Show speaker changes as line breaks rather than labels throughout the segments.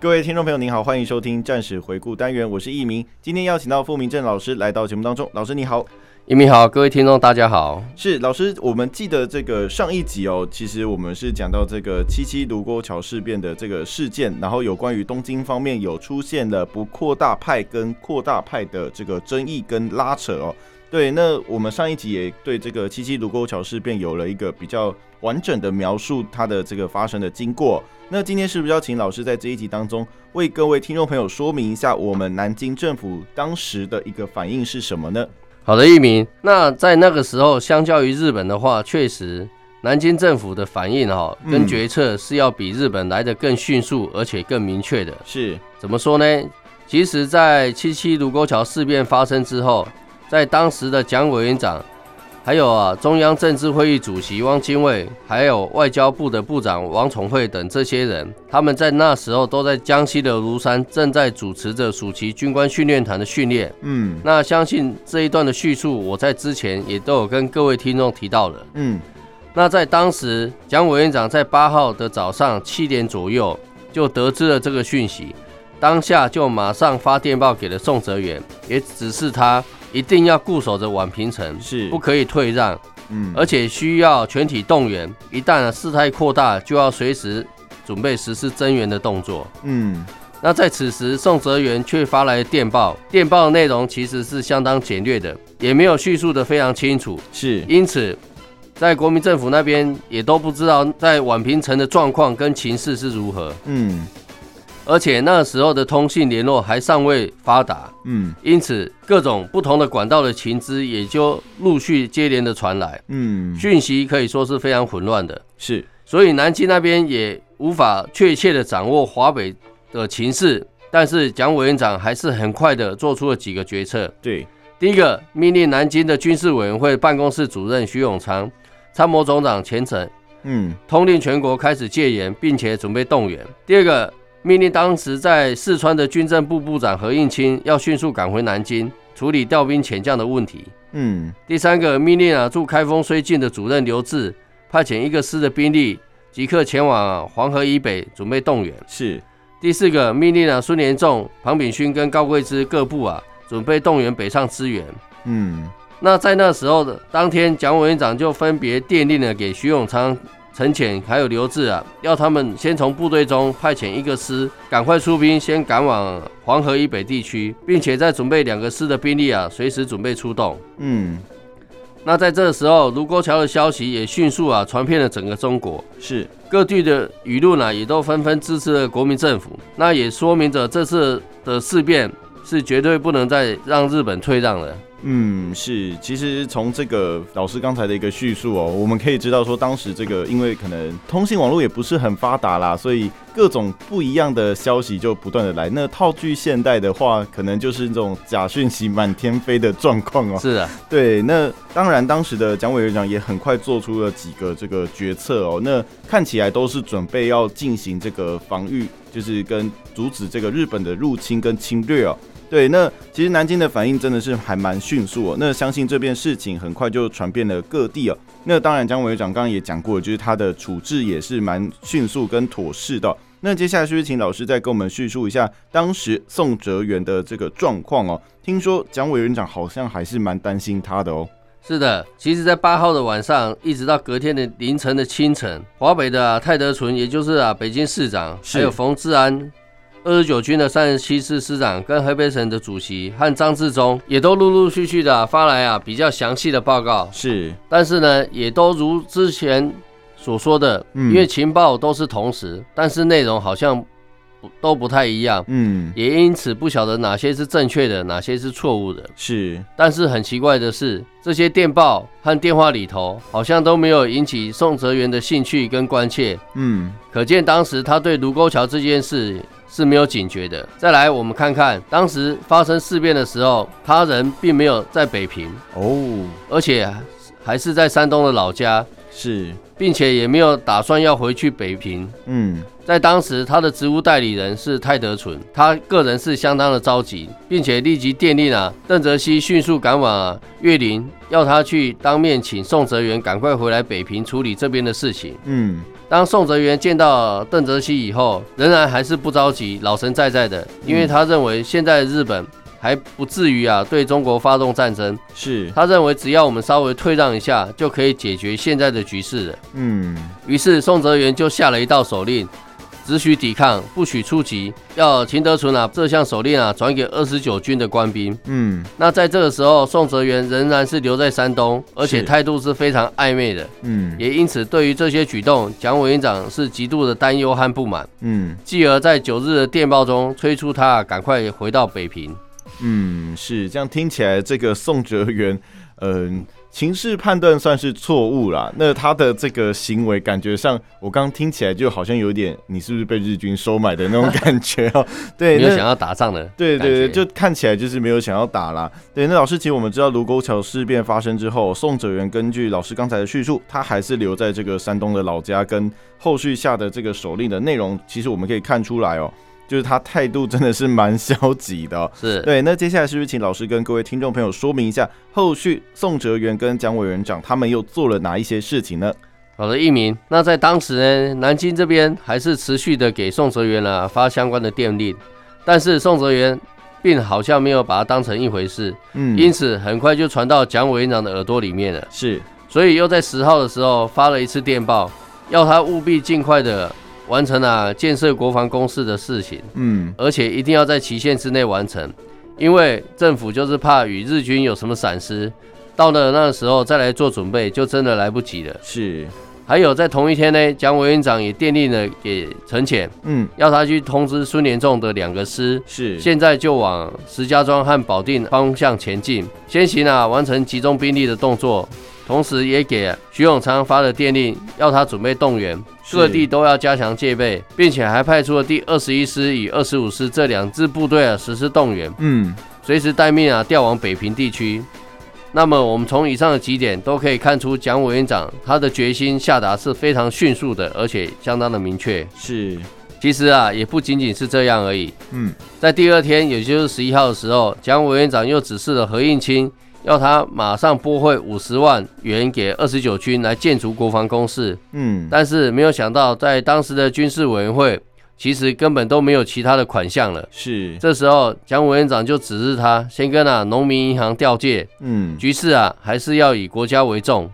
各位听众朋友，您好，欢迎收听《战史回顾》单元，我是易明。今天邀请到傅明正老师来到节目当中，老师你好。
一鸣好，各位听众大家好。
是老师，我们记得这个上一集哦，其实我们是讲到这个七七卢沟桥事变的这个事件，然后有关于东京方面有出现了不扩大派跟扩大派的这个争议跟拉扯哦。对，那我们上一集也对这个七七卢沟桥事变有了一个比较完整的描述，它的这个发生的经过。那今天是不是要请老师在这一集当中为各位听众朋友说明一下，我们南京政府当时的一个反应是什么呢？
好的，一鸣。那在那个时候，相较于日本的话，确实南京政府的反应哈、哦跟
嗯
决策是要比日本来得更迅速，而且更明确的。
是，
怎么说呢？其实，在七七卢沟桥事变发生之后，在当时的蒋委员长，还有啊中央政治会议主席汪精卫，还有外交部的部长王宠惠等这些人，他们在那时候都在江西的庐山正在主持着暑期军官训练团的训练。
嗯
那相信这一段的叙述，我在之前也都有跟各位听众提到了。
嗯，
那在当时，蒋委员长在八号的早上七点左右就得知了这个讯息，当下就马上发电报给了宋哲元，也指示他一定要固守着宛平城，
是
不可以退让，
嗯，
而且需要全体动员。一旦啊事态扩大，就要随时准备实施增援的动作。
嗯
那在此时，宋哲元却发来电报，电报内容其实是相当简略的，也没有叙述的非常清楚，
是，
因此，在国民政府那边也都不知道在宛平城的状况跟情势是如何，
嗯
而且那时候的通信联络还尚未发达，
嗯
因此各种不同的管道的情资也就陆续接连的传来，
嗯，
讯息可以说是非常混乱的，
是，
所以南京那边也无法确切的掌握华北的情势，但是蒋委员长还是很快的做出了几个决策。
对，
第一个，命令南京的军事委员会办公室主任徐永昌、参谋总长钱诚
嗯
通令全国开始戒严，并且准备动员。第二个，命令当时在四川的军政部部长何应钦要迅速赶回南京，处理调兵遣将的问题。
嗯
第三个命令啊，驻开封绥靖的主任刘志派遣一个师的兵力，即刻前往、啊、黄河以北准备动员。
是，
第四个命令啊，孙连仲、庞炳勋跟高桂枝各部啊，准备动员北上支援。
嗯
那在那时候的当天，蒋委员长就分别电令了给徐永昌、陈潜还有刘志啊，要他们先从部队中派遣一个师，赶快出兵，先赶往黄河以北地区，并且再准备两个师的兵力啊，随时准备出动。
嗯
那在这时候，卢沟桥的消息也迅速啊传遍了整个中国，
是，
各地的舆论啊也都纷纷支持了国民政府。那也说明着这次的事变是绝对不能再让日本退让了。
嗯是。其实从这个老师刚才的一个叙述哦，我们可以知道说，当时这个因为可能通信网络也不是很发达啦，所以各种不一样的消息就不断的来。那套句现代的话，可能就是这种假讯息满天飞的状况哦。
是啊，
对，那当然，当时的蒋委员长也很快做出了几个这个决策哦。那看起来都是准备要进行这个防御，就是跟阻止这个日本的入侵跟侵略哦。对，那其实南京的反应真的是还蛮迅速哦。那相信这件事情很快就传遍了各地哦。那当然，蒋委员长刚刚也讲过，就是他的处置也是蛮迅速跟妥适的哦、那接下来是不是请老师再跟我们叙述一下当时宋哲元的这个状况哦？听说蒋委员长好像还是蛮担心他的哦。
是的，其实，在八号的晚上，一直到隔天的凌晨的清晨，华北的、啊、泰德纯，也就是啊北京市长，
是
还有冯治安。二十九军的三十七师师长跟河北省的主席和张自忠也都陆陆续续的啊、发来啊比较详细的报告，
是，
但是呢，也都如之前所说的，
嗯
因为情报都是同时，但是内容好像不都不太一样，
嗯，
也因此不晓得哪些是正确的，哪些是错误的。
是，
但是很奇怪的是，这些电报和电话里头好像都没有引起宋哲元的兴趣跟关切，
嗯，
可见当时他对卢沟桥这件事是没有警觉的。再来，我们看看当时发生事变的时候，他人并没有在北平，
哦，
而且还是在山东的老家，
是，
并且也没有打算要回去北平。
嗯，
在当时，他的职务代理人是泰德纯，他个人是相当的着急，并且立即电令啊邓泽熙迅速赶往啊岳林，要他去当面请宋哲元赶快回来北平处理这边的事情。
嗯，
当宋哲元见到邓泽熙以后，仍然还是不着急，老神在在的，因为他认为现在日本还不至于啊对中国发动战争，
是，
他认为只要我们稍微退让一下，就可以解决现在的局势了。
嗯，
于是宋哲元就下了一道手令，只许抵抗，不许出击，要秦德纯啊这项手令啊转给二十九军的官兵。
嗯，
那在这个时候，宋哲元仍然是留在山东，而且
是
态度是非常暧昧的，
嗯，
也因此对于这些举动，蒋委员长是极度的担忧和不满，
嗯，
继而在九日的电报中催促他啊赶快回到北平。
嗯，是这样听起来，这个宋哲元，嗯、情势判断算是错误啦。那他的这个行为，感觉上我刚听起来就好像有点，你是不是被日军收买的那种感觉哦、对，
没有
那
想要打仗的感觉，
对对对，就看起来就是没有想要打啦。对，那老师，其实我们知道卢沟桥事变发生之后，宋哲元根据老师刚才的叙述，他还是留在这个山东的老家，跟后续下的这个手令的内容，其实我们可以看出来哦，就是他态度真的是蛮消极的哦、
是
对，那接下来是不是请老师跟各位听众朋友说明一下，后续宋哲元跟蒋委员长他们又做了哪一些事情呢？
好的，一鸣。那在当时呢，南京这边还是持续的给宋哲元啊发相关的电令，但是宋哲元并好像没有把它当成一回事，
嗯
因此很快就传到蒋委员长的耳朵里面了。
是，
所以又在十号的时候发了一次电报，要他务必尽快的完成啊建设国防工事的事情，
嗯，
而且一定要在期限之内完成，因为政府就是怕与日军有什么闪失，到了那时候再来做准备，就真的来不及了。
是，
还有在同一天呢，蒋委员长也电令了给陈潜，
嗯，
要他去通知孙连仲的两个师，
是，
现在就往石家庄和保定方向前进，先行啊完成集中兵力的动作。同时，也给徐永昌发了电令，要他准备动员，
是
各地都要加强戒备，并且还派出了第二十一师与二十五师这两支部队啊实施动员。
嗯，
随时待命啊，调往北平地区。那么，我们从以上的几点都可以看出，蒋委员长他的决心下达是非常迅速的，而且相当的明确。
是，
其实啊，也不仅仅是这样而已。
嗯，
在第二天，也就是十一号的时候，蒋委员长又指示了何应钦，要他马上拨汇五十万元给二十九军来建筑国防工事。
嗯，
但是没有想到，在当时的军事委员会，其实根本都没有其他的款项了。
是，
这时候，蒋委员长就指示他先跟啊农民银行调借，
嗯，
局势啊还是要以国家为重。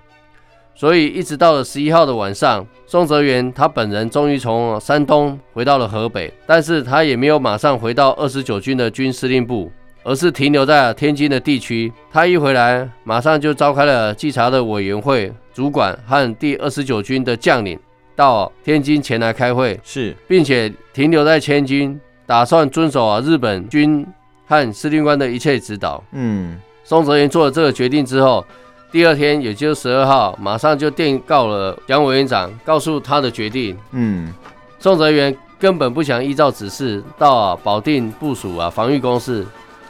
所以一直到了十一号的晚上，宋哲元他本人终于从山东回到了河北，但是他也没有马上回到二十九军的军司令部，而是停留在天津的地区。他一回来，马上就召开了稽查的委员会主管和第二十九军的将领到天津前来开会。
是，
并且停留在千军，打算遵守啊日本军和司令官的一切指导。
嗯，
松泽元做了这个决定之后，第二天，也就是十二号，马上就电告了蒋委员长，告诉他的决定。
嗯，
宋哲元根本不想依照指示到、啊、保定部署啊防御工事，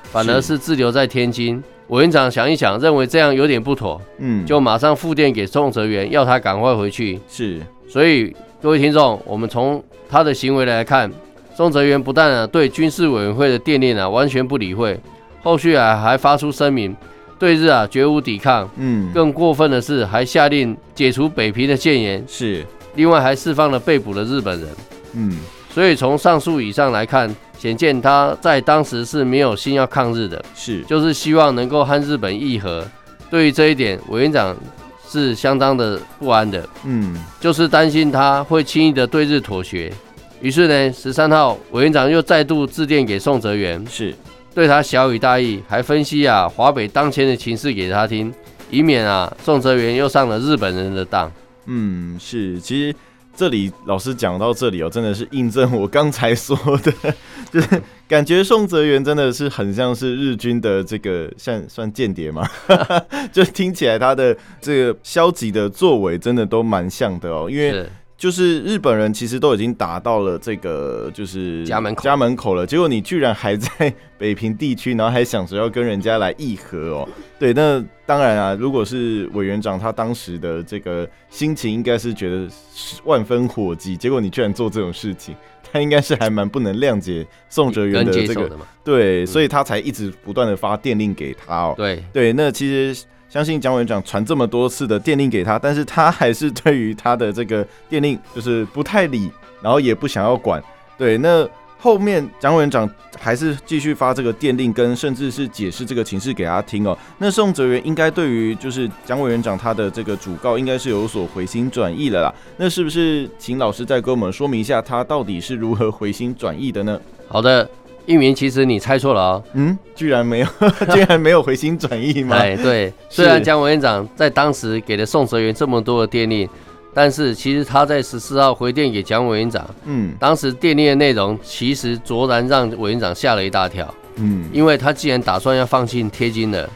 反而
是
是滞留在天津。委员长想一想，认为这样有点不妥，
嗯，
就马上复电给宋哲元，要他赶快回去。
是，
所以各位听众，我们从他的行为来看，宋哲元不但啊对军事委员会的电令啊完全不理会，后续啊还发出声明，对日啊绝无抵抗。
嗯，
更过分的是，还下令解除北平的戒严，
是，
另外还释放了被捕的日本人。
嗯，
所以从上述以上来看，显见他在当时是没有心要抗日的，
是，
就是希望能够和日本议和。对于这一点，委员长是相当的不安的。
嗯，
就是担心他会轻易的对日妥协。于是呢，十三号委员长又再度致电给宋哲元，
是，
对他小以大义，还分析啊华北当前的情势给他听，以免啊宋哲元又上了日本人的当。
嗯，是，其实。这里老师讲到这里哦，真的是印证我刚才说的，就是感觉宋哲元真的是很像是日军的这个算算间谍嘛， 就听起来他的这个消极的作为真的都蛮像的哦，因为
是
就是日本人其实都已经打到了这个就是
家门口
家门口了，结果你居然还在北平地区，然后还想着要跟人家来议和哦。对，那当然啊，如果是委员长他当时的这个心情，应该是觉得是万分火急，结果你居然做这种事情，他应该是还蛮不能谅解宋哲元
跟
的
接
这
手
个
的嘛，嗯
对，所以他才一直不断的发电令给他哦。
对，
对，那其实相信蒋委员长传这么多次的电令给他，但是他还是对于他的这个电令就是不太理，然后也不想要管。对，那后面蒋委员长还是继续发这个电令，跟甚至是解释这个情势给他听哦。那宋哲元应该对于就是蒋委员长他的这个主告，应该是有所回心转意了啦。那是不是请老师再跟我们说明一下，他到底是如何回心转意的呢？
好的，玉明，其实你猜错了啊、
嗯，居然没有， 居然没有回心转意吗？
哎，对，
是
虽然蒋委员长在当时给了宋哲元这么多的电力，但是其实他在十四号回电给蒋委员长，
嗯
当时电力的内容其实卓然让委员长吓了一大跳，
嗯，
因为他既然打算要放弃天津了，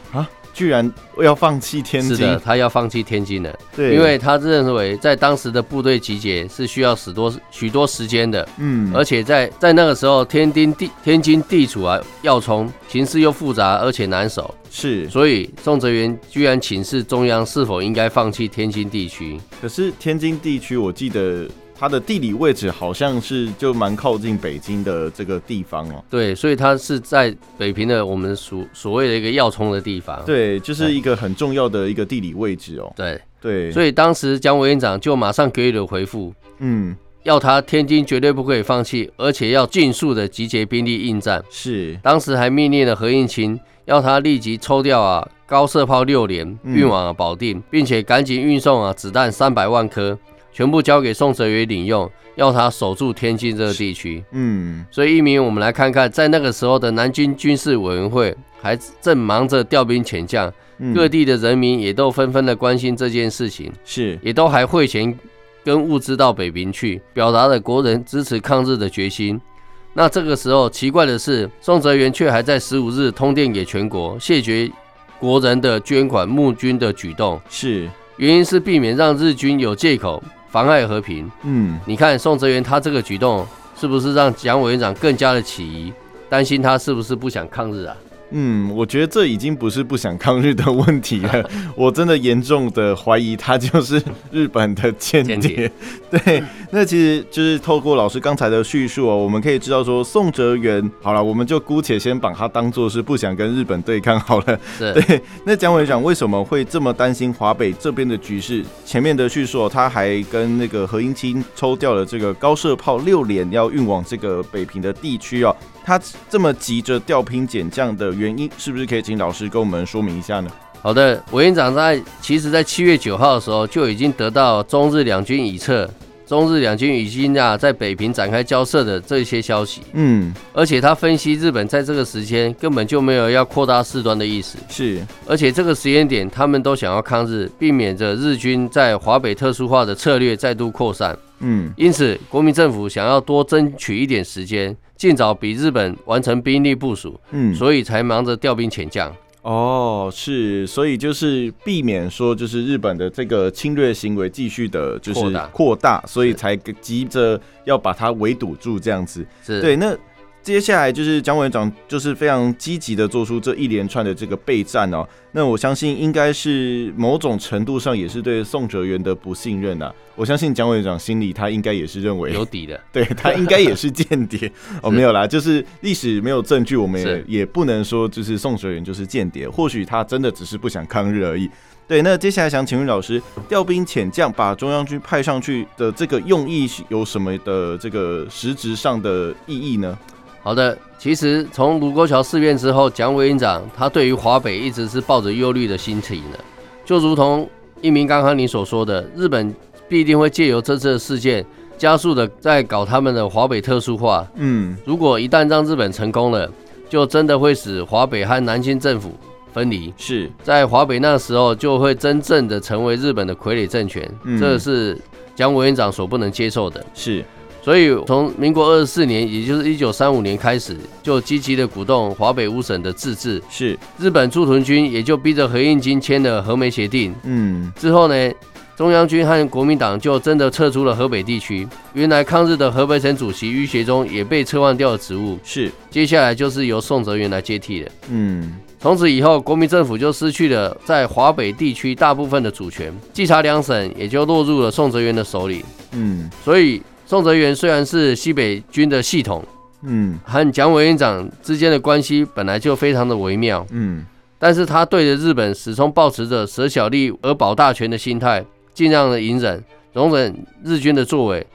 居然要放弃天
是
津，
的，他要放弃天津了，
对，
因为他认为在当时的部队集结是需要许多许多时间的，
嗯，
而且在在那个时候，天津地天津地处啊要冲，形势又复杂而且难守，
是，
所以宋哲元居然请示中央是否应该放弃天津地区。
可是天津地区，我记得它的地理位置好像是就蛮靠近北京的这个地方哦。
对，所以他是在北平的我们所所谓的一个要冲的地方。
对，就是一个很重要的一个地理位置哦。
对，
对，
所以当时蒋委员长就马上给予了回复，
嗯，
要他天津绝对不可以放弃，而且要尽速的集结兵力应战。
是，
当时还命令了何应钦，要他立即抽调啊高射炮六连
嗯
运往、啊、保定，并且赶紧运送啊子弹三百万颗，全部交给宋哲元领用，要他守住天津这个地区。
嗯，
所以，一鸣，我们来看看，在那个时候的南京军事委员会还正忙着调兵遣将，
嗯
各地的人民也都纷纷的关心这件事情，
是，
也都还汇钱跟物资到北平去，表达了国人支持抗日的决心。那这个时候，奇怪的是，宋哲元却还在十五日通电给全国，谢绝国人的捐款募军的举动，
是，
原因是避免让日军有借口妨碍和平。
嗯，
你看宋哲元他这个举动，是不是让蒋委员长更加的起疑，担心他是不是不想抗日啊？
嗯，我觉得这已经不是不想抗日的问题了， 我真的严重的怀疑他就是日本的间
间
谍
谍。
对，那其实就是透过老师刚才的叙述哦，我们可以知道说宋哲元，好了，我们就姑且先把他当做是不想跟日本对抗好了。
是
对，那蒋委员长为什么会这么担心华北这边的局势？前面的叙述、哦，他还跟那个何应钦抽调了这个高射炮六连，要运往这个北平的地区哦。他这么急着调兵遣将的原因，是不是可以请老师跟我们说明一下呢？
好的，委员长在其实在七月九号的时候就已经得到中日两军已撤，中日两军已经啊在北平展开交涉的这些消息，
嗯，
而且他分析日本在这个时间根本就没有要扩大事端的意思，
是，
而且这个时间点他们都想要抗日，避免着日军在华北特殊化的策略再度扩散。
嗯，
因此，国民政府想要多争取一点时间，尽早比日本完成兵力部署，
嗯，
所以才忙着调兵遣将。
哦，是，所以就是避免说，就是日本的这个侵略行为继续的，就是
扩大
扩大，所以才急着要把它围堵住这样子。
是，
对，那接下来就是蒋委员长就是非常积极的做出这一连串的这个备战哦。那我相信应该是某种程度上也是对宋哲元的不信任啊。我相信蒋委员长心里他应该也是认为
有底的。
对他应该也是间谍哦，没有啦，就是历史没有证据，我们也
是
也不能说就是宋哲元就是间谍，或许他真的只是不想抗日而已。对，那接下来想请问老师，调兵遣将把中央军派上去的这个用意是有什么的这个实质上的意义呢？
好的，其实从卢沟桥事变之后，蒋委员长他对于华北一直是抱着忧虑的心情的，就如同一鸣刚刚你所说的，日本必定会借由这次的事件，加速的在搞他们的华北特殊化。
嗯，
如果一旦让日本成功了，就真的会使华北和南京政府分离。
是，
在华北那时候就会真正的成为日本的傀儡政权，
嗯
这是蒋委员长所不能接受的。
是
所以从民国二十四年，也就是一九三五年开始，就积极的鼓动华北五省的自治。
是，
日本驻屯军也就逼着何应钦签了和梅协定。
嗯，
之后呢，中央军和国民党就真的撤出了河北地区。原来抗日的河北省主席于学忠也被撤换掉了职务，
是，
接下来就是由宋哲元来接替了。
嗯，
从此以后，国民政府就失去了在华北地区大部分的主权，冀察两省也就落入了宋哲元的手里。
嗯，
所以，宋哲元虽然是西北军的系统，
嗯，
和蒋委员长之间的关系本来就非常的微妙，
嗯，
但是他对着日本始终保持着舍小利而保大权的心态，尽量的隐忍、容忍日军的作为。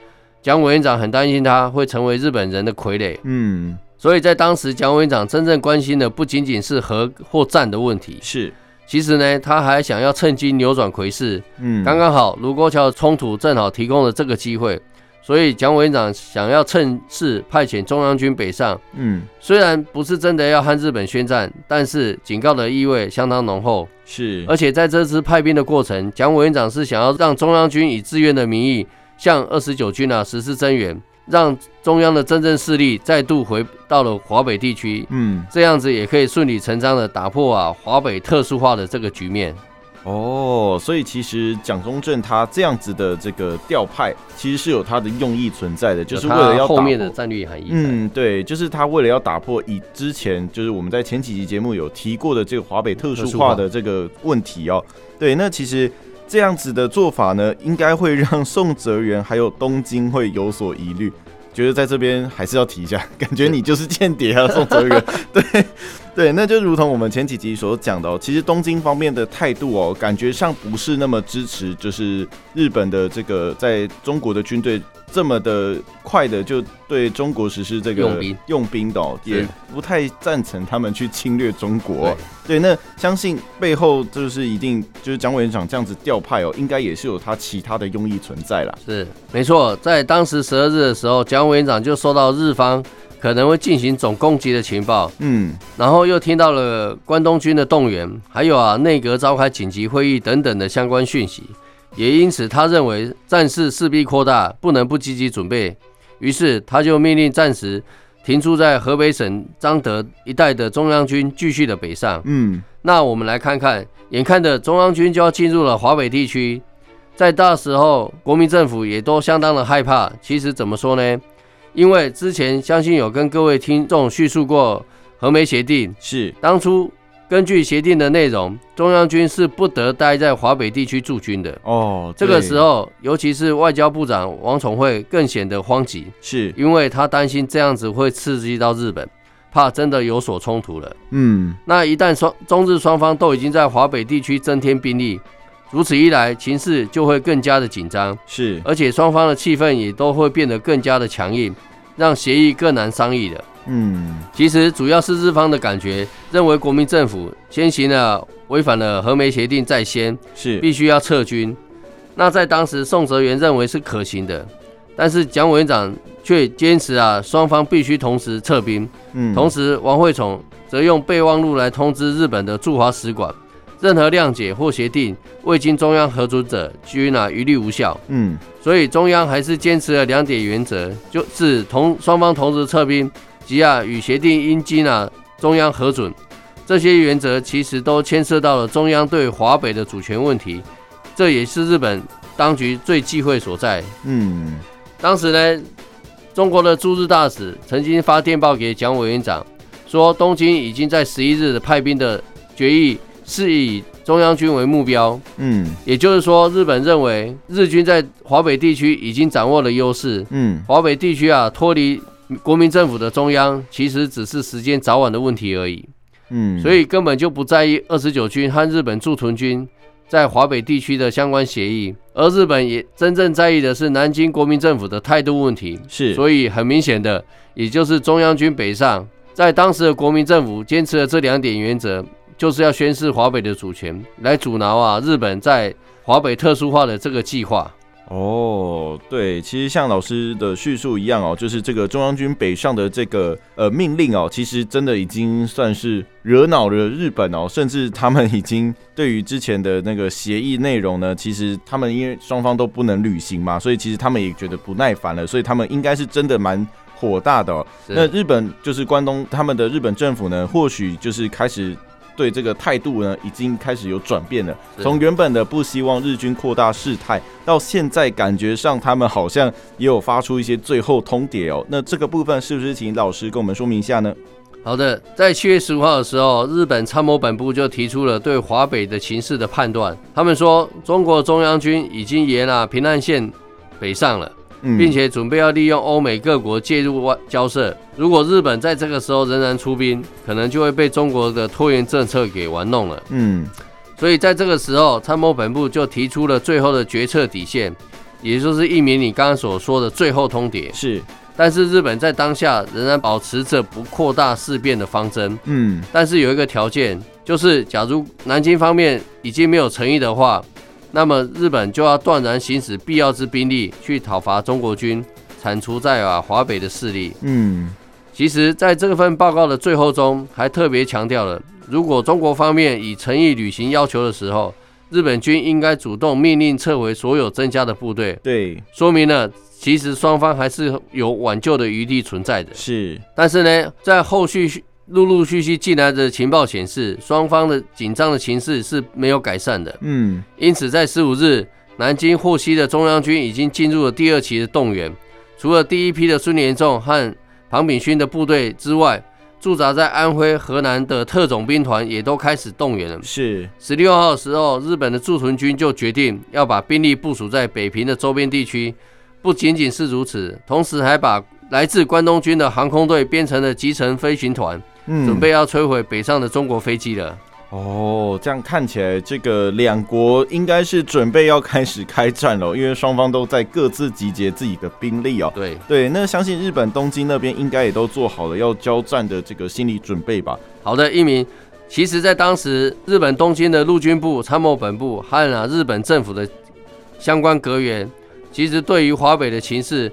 蒋委员长很担心他会成为日本人的傀儡，
嗯，
所以在当时，蒋委员长真正关心的不仅仅是和或战的问题，
是，
其实呢，他还想要趁机扭转魁势，
嗯，
刚刚好，卢沟桥冲突正好提供了这个机会，所以蒋委员长想要趁势派遣中央军北上。
嗯，
虽然不是真的要和日本宣战，但是警告的意味相当浓厚。
是，
而且在这次派兵的过程，蒋委员长是想要让中央军以自愿的名义向二十九军啊实施增援，让中央的真正势力再度回到了华北地区，
嗯，
这样子也可以顺理成章的打破啊华北特殊化的这个局面。
哦，所以其实蒋中正他这样子的这个调派，其实是有他的用意存在的，就是为了
它
要打
后
破
面的战略含义在。
嗯，对，就是他为了要打破以之前就是我们在前几集节目有提过的这个华北特
特
殊
殊
化
化
的这个问题哦。对，那其实这样子的做法呢，应该会让宋哲元还有东京会有所疑虑。觉得在这边还是要提一下， 感觉你就是间谍啊，宋哲元。对对，那就如同我们前几集所讲的、哦，其实东京方面的态度哦，感觉上不是那么支持，就是日本的这个在中国的军队这么的快的就对中国实施这个
用兵
用兵的、哦，也
是
不太赞成他们去侵略中国哦、
对
对，那相信背后就是一定就是蒋委员长这样子调派哦，应该也是有他其他的用意存在啦。
是没错，在当时十二日的时候，蒋委员长就收到日方可能会进行总攻击的情报，
嗯，
然后又听到了关东军的动员，还有啊内阁召开紧急会议等等的相关讯息，也因此他认为战事势必扩大，不能不积极准备，于是他就命令暂时停驻在河北省张德一带的中央军继续的北上。
嗯，
那我们来看看，眼看着中央军就要进入了华北地区，在那时候，国民政府也都相当的害怕。其实怎么说呢？因为之前相信有跟各位听众叙述过和梅协定，
是，
当初根据协定的内容，中央军是不得待在华北地区驻军的。
哦，
这个
对
时候，尤其是外交部长王宠惠更显得慌急，
是，
因为他担心这样子会刺激到日本，怕真的有所冲突了。
嗯，
那一旦双中日双方都已经在华北地区增添兵力，如此一来，情势就会更加的紧张，
是，
而且双方的气氛也都会变得更加的强硬，让协议更难商议了。
嗯，
其实主要是日方的感觉认为国民政府先行了违反了和梅协定在先，
是，
必须要撤军。那在当时，宋哲元认为是可行的，但是蒋委员长却坚持啊，双方必须同时撤兵。
嗯，
同时，王惠崇则用备忘录来通知日本的驻华使馆，任何谅解或协定未经中央核准者，均啊一律无效。
嗯，
所以中央还是坚持了两点原则，就是同双方同时撤兵及啊与协定应经啊中央核准。这些原则其实都牵涉到了中央对华北的主权问题，这也是日本当局最忌讳所在。
嗯，
当时呢，中国的驻日大使曾经发电报给蒋委员长，说东京已经在十一日的派兵的决议是以中央军为目标，
嗯，
也就是说，日本认为日军在华北地区已经掌握了优势，
嗯，
华北地区啊脱离国民政府的中央，其实只是时间早晚的问题而已，
嗯，
所以根本就不在意二十九军和日本驻屯军。在华北地区的相关协议，而日本也真正在意的是南京国民政府的态度问题。
是，
所以很明显的，也就是中央军北上，在当时的国民政府坚持了这两点原则，就是要宣示华北的主权，来阻挠啊日本在华北特殊化的这个计划。
哦，对，其实像老师的叙述一样哦，就是这个中央军北上的这个呃命令哦，其实真的已经算是惹恼了日本哦，甚至他们已经对于之前的那个协议内容呢，其实他们因为双方都不能履行嘛，所以其实他们也觉得不耐烦了，所以他们应该是真的蛮火大的、哦。
是
那日本就是关东，他们的日本政府呢，或许就是开始对这个态度呢，已经开始有转变了。
是
从原本的不希望日军扩大事态，到现在感觉上他们好像也有发出一些最后通牒哦。那这个部分是不是请老师跟我们说明一下呢？
好的，在七月十五号的时候，日本参谋本部就提出了对华北的情势的判断。他们说，中国中央军已经沿啊平安线北上了，
嗯
并且准备要利用欧美各国介入外交涉。如果日本在这个时候仍然出兵，可能就会被中国的拖延政策给玩弄了。
嗯
所以在这个时候，参谋本部就提出了最后的决策底线，也就是一鸣你刚刚所说的最后通牒。
是
但是日本在当下仍然保持着不扩大事变的方针，
嗯
但是有一个条件，就是假如南京方面已经没有诚意的话，那么日本就要断然行使必要之兵力去讨伐中国军，铲除在啊华北的势力。
嗯
其实，在这份报告的最后中，还特别强调了，如果中国方面以诚意履行要求的时候，日本军应该主动命令撤回所有增加的部队，
对
说明了其实双方还是有挽救的余地存在的。
是
但是呢，在后续陆陆续续进来的情报显示，双方的紧张的情势是没有改善的。
嗯
因此，在十五日，南京获悉的中央军已经进入了第二期的动员。除了第一批的孙连仲和庞炳勋的部队之外，驻扎在安徽、河南的特种兵团也都开始动员了。
是
十六号的时候，日本的驻屯军就决定要把兵力部署在北平的周边地区。不仅仅是如此，同时还把来自关东军的航空队编成了集成飞行团，
嗯
准备要摧毁北上的中国飞机了。
哦，这样看起来，这个两国应该是准备要开始开战了，因为双方都在各自集结自己的兵力哦。
对，
对，那相信日本东京那边应该也都做好了要交战的这个心理准备吧？
好的，一鸣。其实，在当时，日本东京的陆军部参谋本部和啊日本政府的相关阁员，其实对于华北的情势，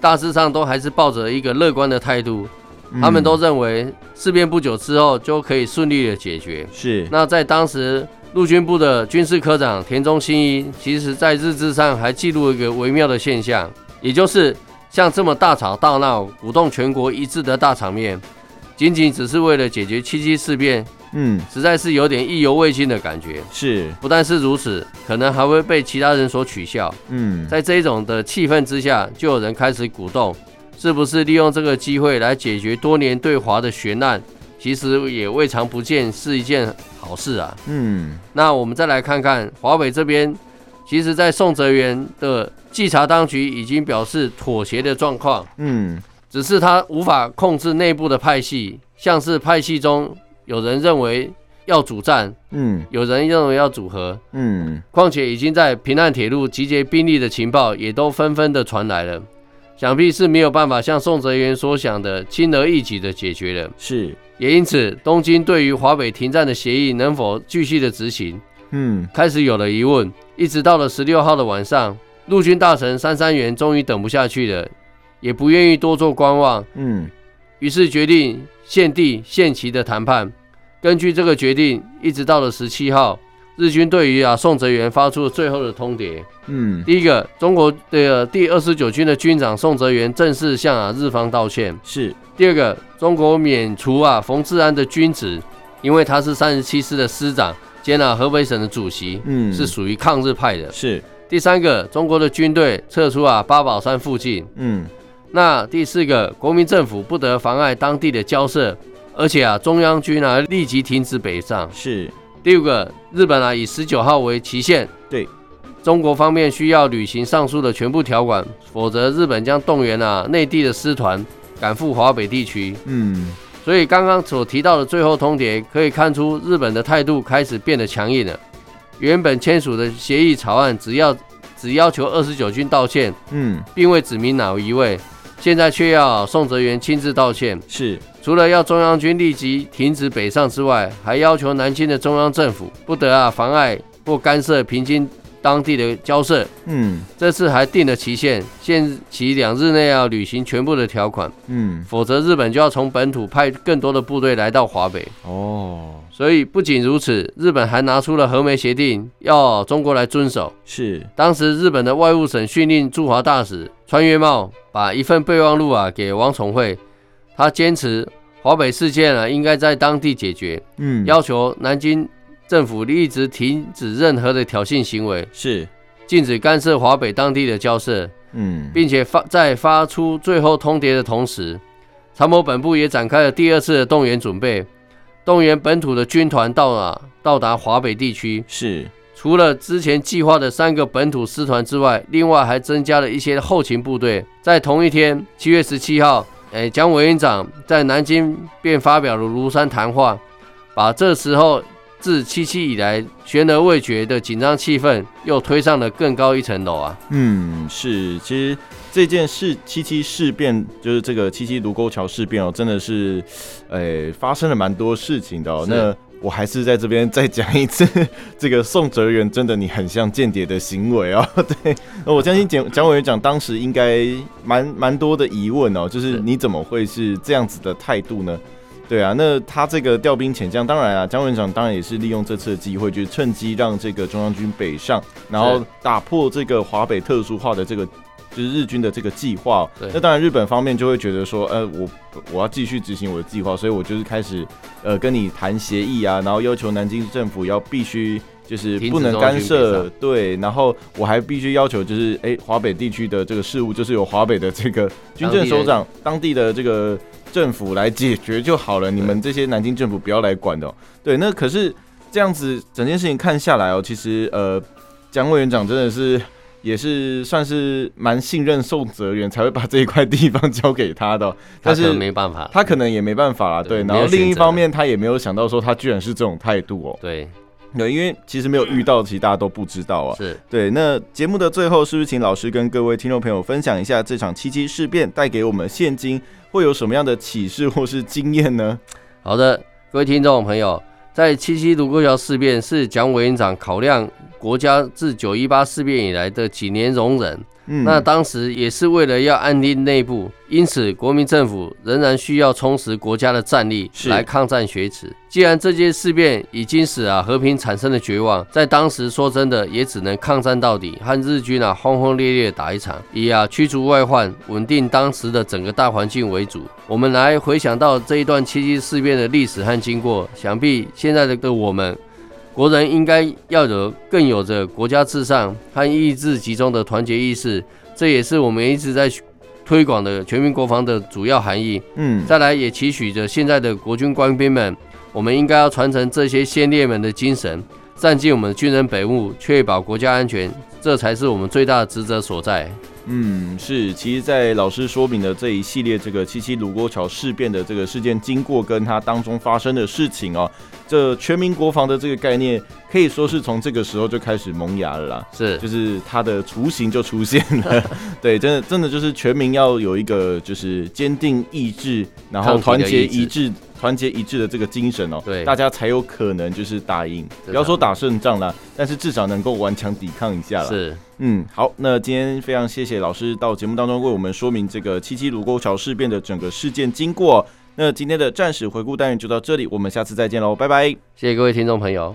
大致上都还是抱着一个乐观的态度。
嗯
他们都认为事变不久之后就可以顺利的解决。
是
那在当时陆军部的军事科长田中新一，其实在日志上还记录一个微妙的现象，也就是像这么大吵大闹、鼓动全国一致的大场面，仅仅只是为了解决七七事变，
嗯
实在是有点意犹未尽的感觉。
是
不但是如此，可能还会被其他人所取笑。
嗯
在这一种的气氛之下，就有人开始鼓动，是不是利用这个机会来解决多年对华的悬案？其实也未尝不见是一件好事啊。
嗯
那我们再来看看华北这边，其实，在宋哲元的稽查当局已经表示妥协的状况，
嗯
只是他无法控制内部的派系，像是派系中有人认为要主战，
嗯
有人认为要组合，
嗯
况且已经在平汉铁路集结兵力的情报也都纷纷的传来了，想必是没有办法像宋哲元所想的轻而易举的解决了。
是
也因此，东京对于华北停战的协议能否继续的执行，
嗯
开始有了疑问。一直到了十六号的晚上，陆军大臣杉山元终于等不下去了，也不愿意多做观望，
嗯
于是决定限地限期的谈判。根据这个决定，一直到了十七号，日军对于啊宋哲元发出了最后的通牒。
嗯
第一个，中国的第二十九军的军长宋哲元正式向啊日方道歉。
是
第二个，中国免除啊冯治安的军职，因为他是三十七师的师长兼啊河北省的主席，
嗯
是属于抗日派的。
是
第三个，中国的军队撤出啊八宝山附近。
嗯
那第四个，国民政府不得妨碍当地的交涉，而且啊中央军啊立即停止北上。
是
第五个，日本啊以十九号为期限，
对
中国方面需要履行上述的全部条款，否则日本将动员啊内地的师团赶赴华北地区。
嗯
所以刚刚所提到的最后通牒，可以看出日本的态度开始变得强硬了。原本签署的协议草案只要只要求二十九军道歉，
嗯
并未指明哪一位，现在却要宋哲元亲自道歉。
是
除了要中央军立即停止北上之外，还要求南京的中央政府不得啊妨碍或干涉平津当地的交涉。
嗯
这次还定了期限，限期两日内要履行全部的条款，
嗯，
否则日本就要从本土派更多的部队来到华北。
哦，
所以不仅如此，日本还拿出了和梅协定，要中国来遵守。
是，
当时日本的外务省训令驻华大使川越茂把一份备忘录啊给王崇惠，他坚持华北事件啊应该在当地解决，
嗯，
要求南京政府一直停止任何的挑衅行为，
是，
禁止干涉华北当地的交涉，
嗯，
并且发在发出最后通牒的同时，参谋本部也展开了第二次的动员准备，动员本土的军团到啊到达华北地区，
是，
除了之前计划的三个本土师团之外，另外还增加了一些后勤部队。在同一天，七月十七号，诶，蒋委员长在南京便发表了庐山谈话，把这时候自七七以来悬而未决的紧张气氛又推上了更高一层楼啊！
嗯，是，其实这件事七七事变，就是这个七七卢沟桥事变哦，真的是，呃，发生了蛮多事情的哦。
是
那我还是在这边再讲一次， 这个宋哲元真的你很像间谍的行为哦。对，那我相信蒋蒋委员长当时应该蛮蛮多的疑问哦，就是
是
你怎么会是这样子的态度呢？对啊，那他这个调兵遣将，当然啊，蒋委员长当然也是利用这次的机会，就是趁机让这个中央军北上，然后
是
打破这个华北特殊化的这个就是日军的这个计划哦、
对
那当然，日本方面就会觉得说，呃，我我要继续执行我的计划，所以我就是开始呃跟你谈协议啊，然后要求南京政府要必须。就是
停止
不能
中央
干
军北
涉
上，
对，然后我还必须要求，就是哎、华北地区的这个事务，就是由华北的这个军政首长、当地的这个政府来解决就好了，你们这些南京政府不要来管的、哦。对，那可是这样子，整件事情看下来哦，其实呃，蒋委员长真的是也是算是蛮信任宋哲元，才会把这一块地方交给他 的哦、但
他可
是
能没办法，
他可能也没办法啦，
对
对。
没
然
有
后另
选
一
择
方面，他也没有想到说他居然是这种态度哦，
对
对，因为其实没有遇到，其实大家都不知道啊。
是
对，那节目的最后，是不是请老师跟各位听众朋友分享一下这场七七事变带给我们现今会有什么样的启示或是经验 呢？
好的。各位听众朋友，在七七卢沟桥事变是蒋委员长考量国家自九一八事变以来的几年容忍。
嗯
那当时也是为了要安定内部，因此国民政府仍然需要充实国家的战力
是
来抗战学耻。既然这些事变已经使啊和平产生了绝望，在当时说真的也只能抗战到底，和日军啊轰轰烈烈地打一场，以啊驱逐外患、稳定当时的整个大环境为主。我们来回想到这一段七七事变的历史和经过，想必现在的的我们国人应该要有更有着国家至上和意志集中的团结意识，这也是我们一直在推广的全民国防的主要含义。
嗯，
再来，也期许着现在的国军官兵们，我们应该要传承这些先烈们的精神，占尽我们军人本务，确保国家安全，这才是我们最大的职责所在。
嗯，是，其实，在老师说明的这一系列这个七七卢沟桥事变的这个事件经过跟它当中发生的事情哦，这全民国防的这个概念可以说是从这个时候就开始萌芽了啦，
是
就是它的雏形就出现了。 对，真的真的就是全民要有一个就是坚定意志，然后
抗
团
敌的
结
意志
一致、团结一致的这个精神哦，
对
大家才有可能就是打赢，
是
不要
的
说打胜仗啦，但是至少能够顽强抵抗一下啦。
是，
嗯，好，那今天非常谢谢老师到节目当中为我们说明这个七七卢沟桥事变的整个事件经过。那今天的战史回顾单元就到这里，我们下次再见喽，拜拜。
谢谢各位听众朋友。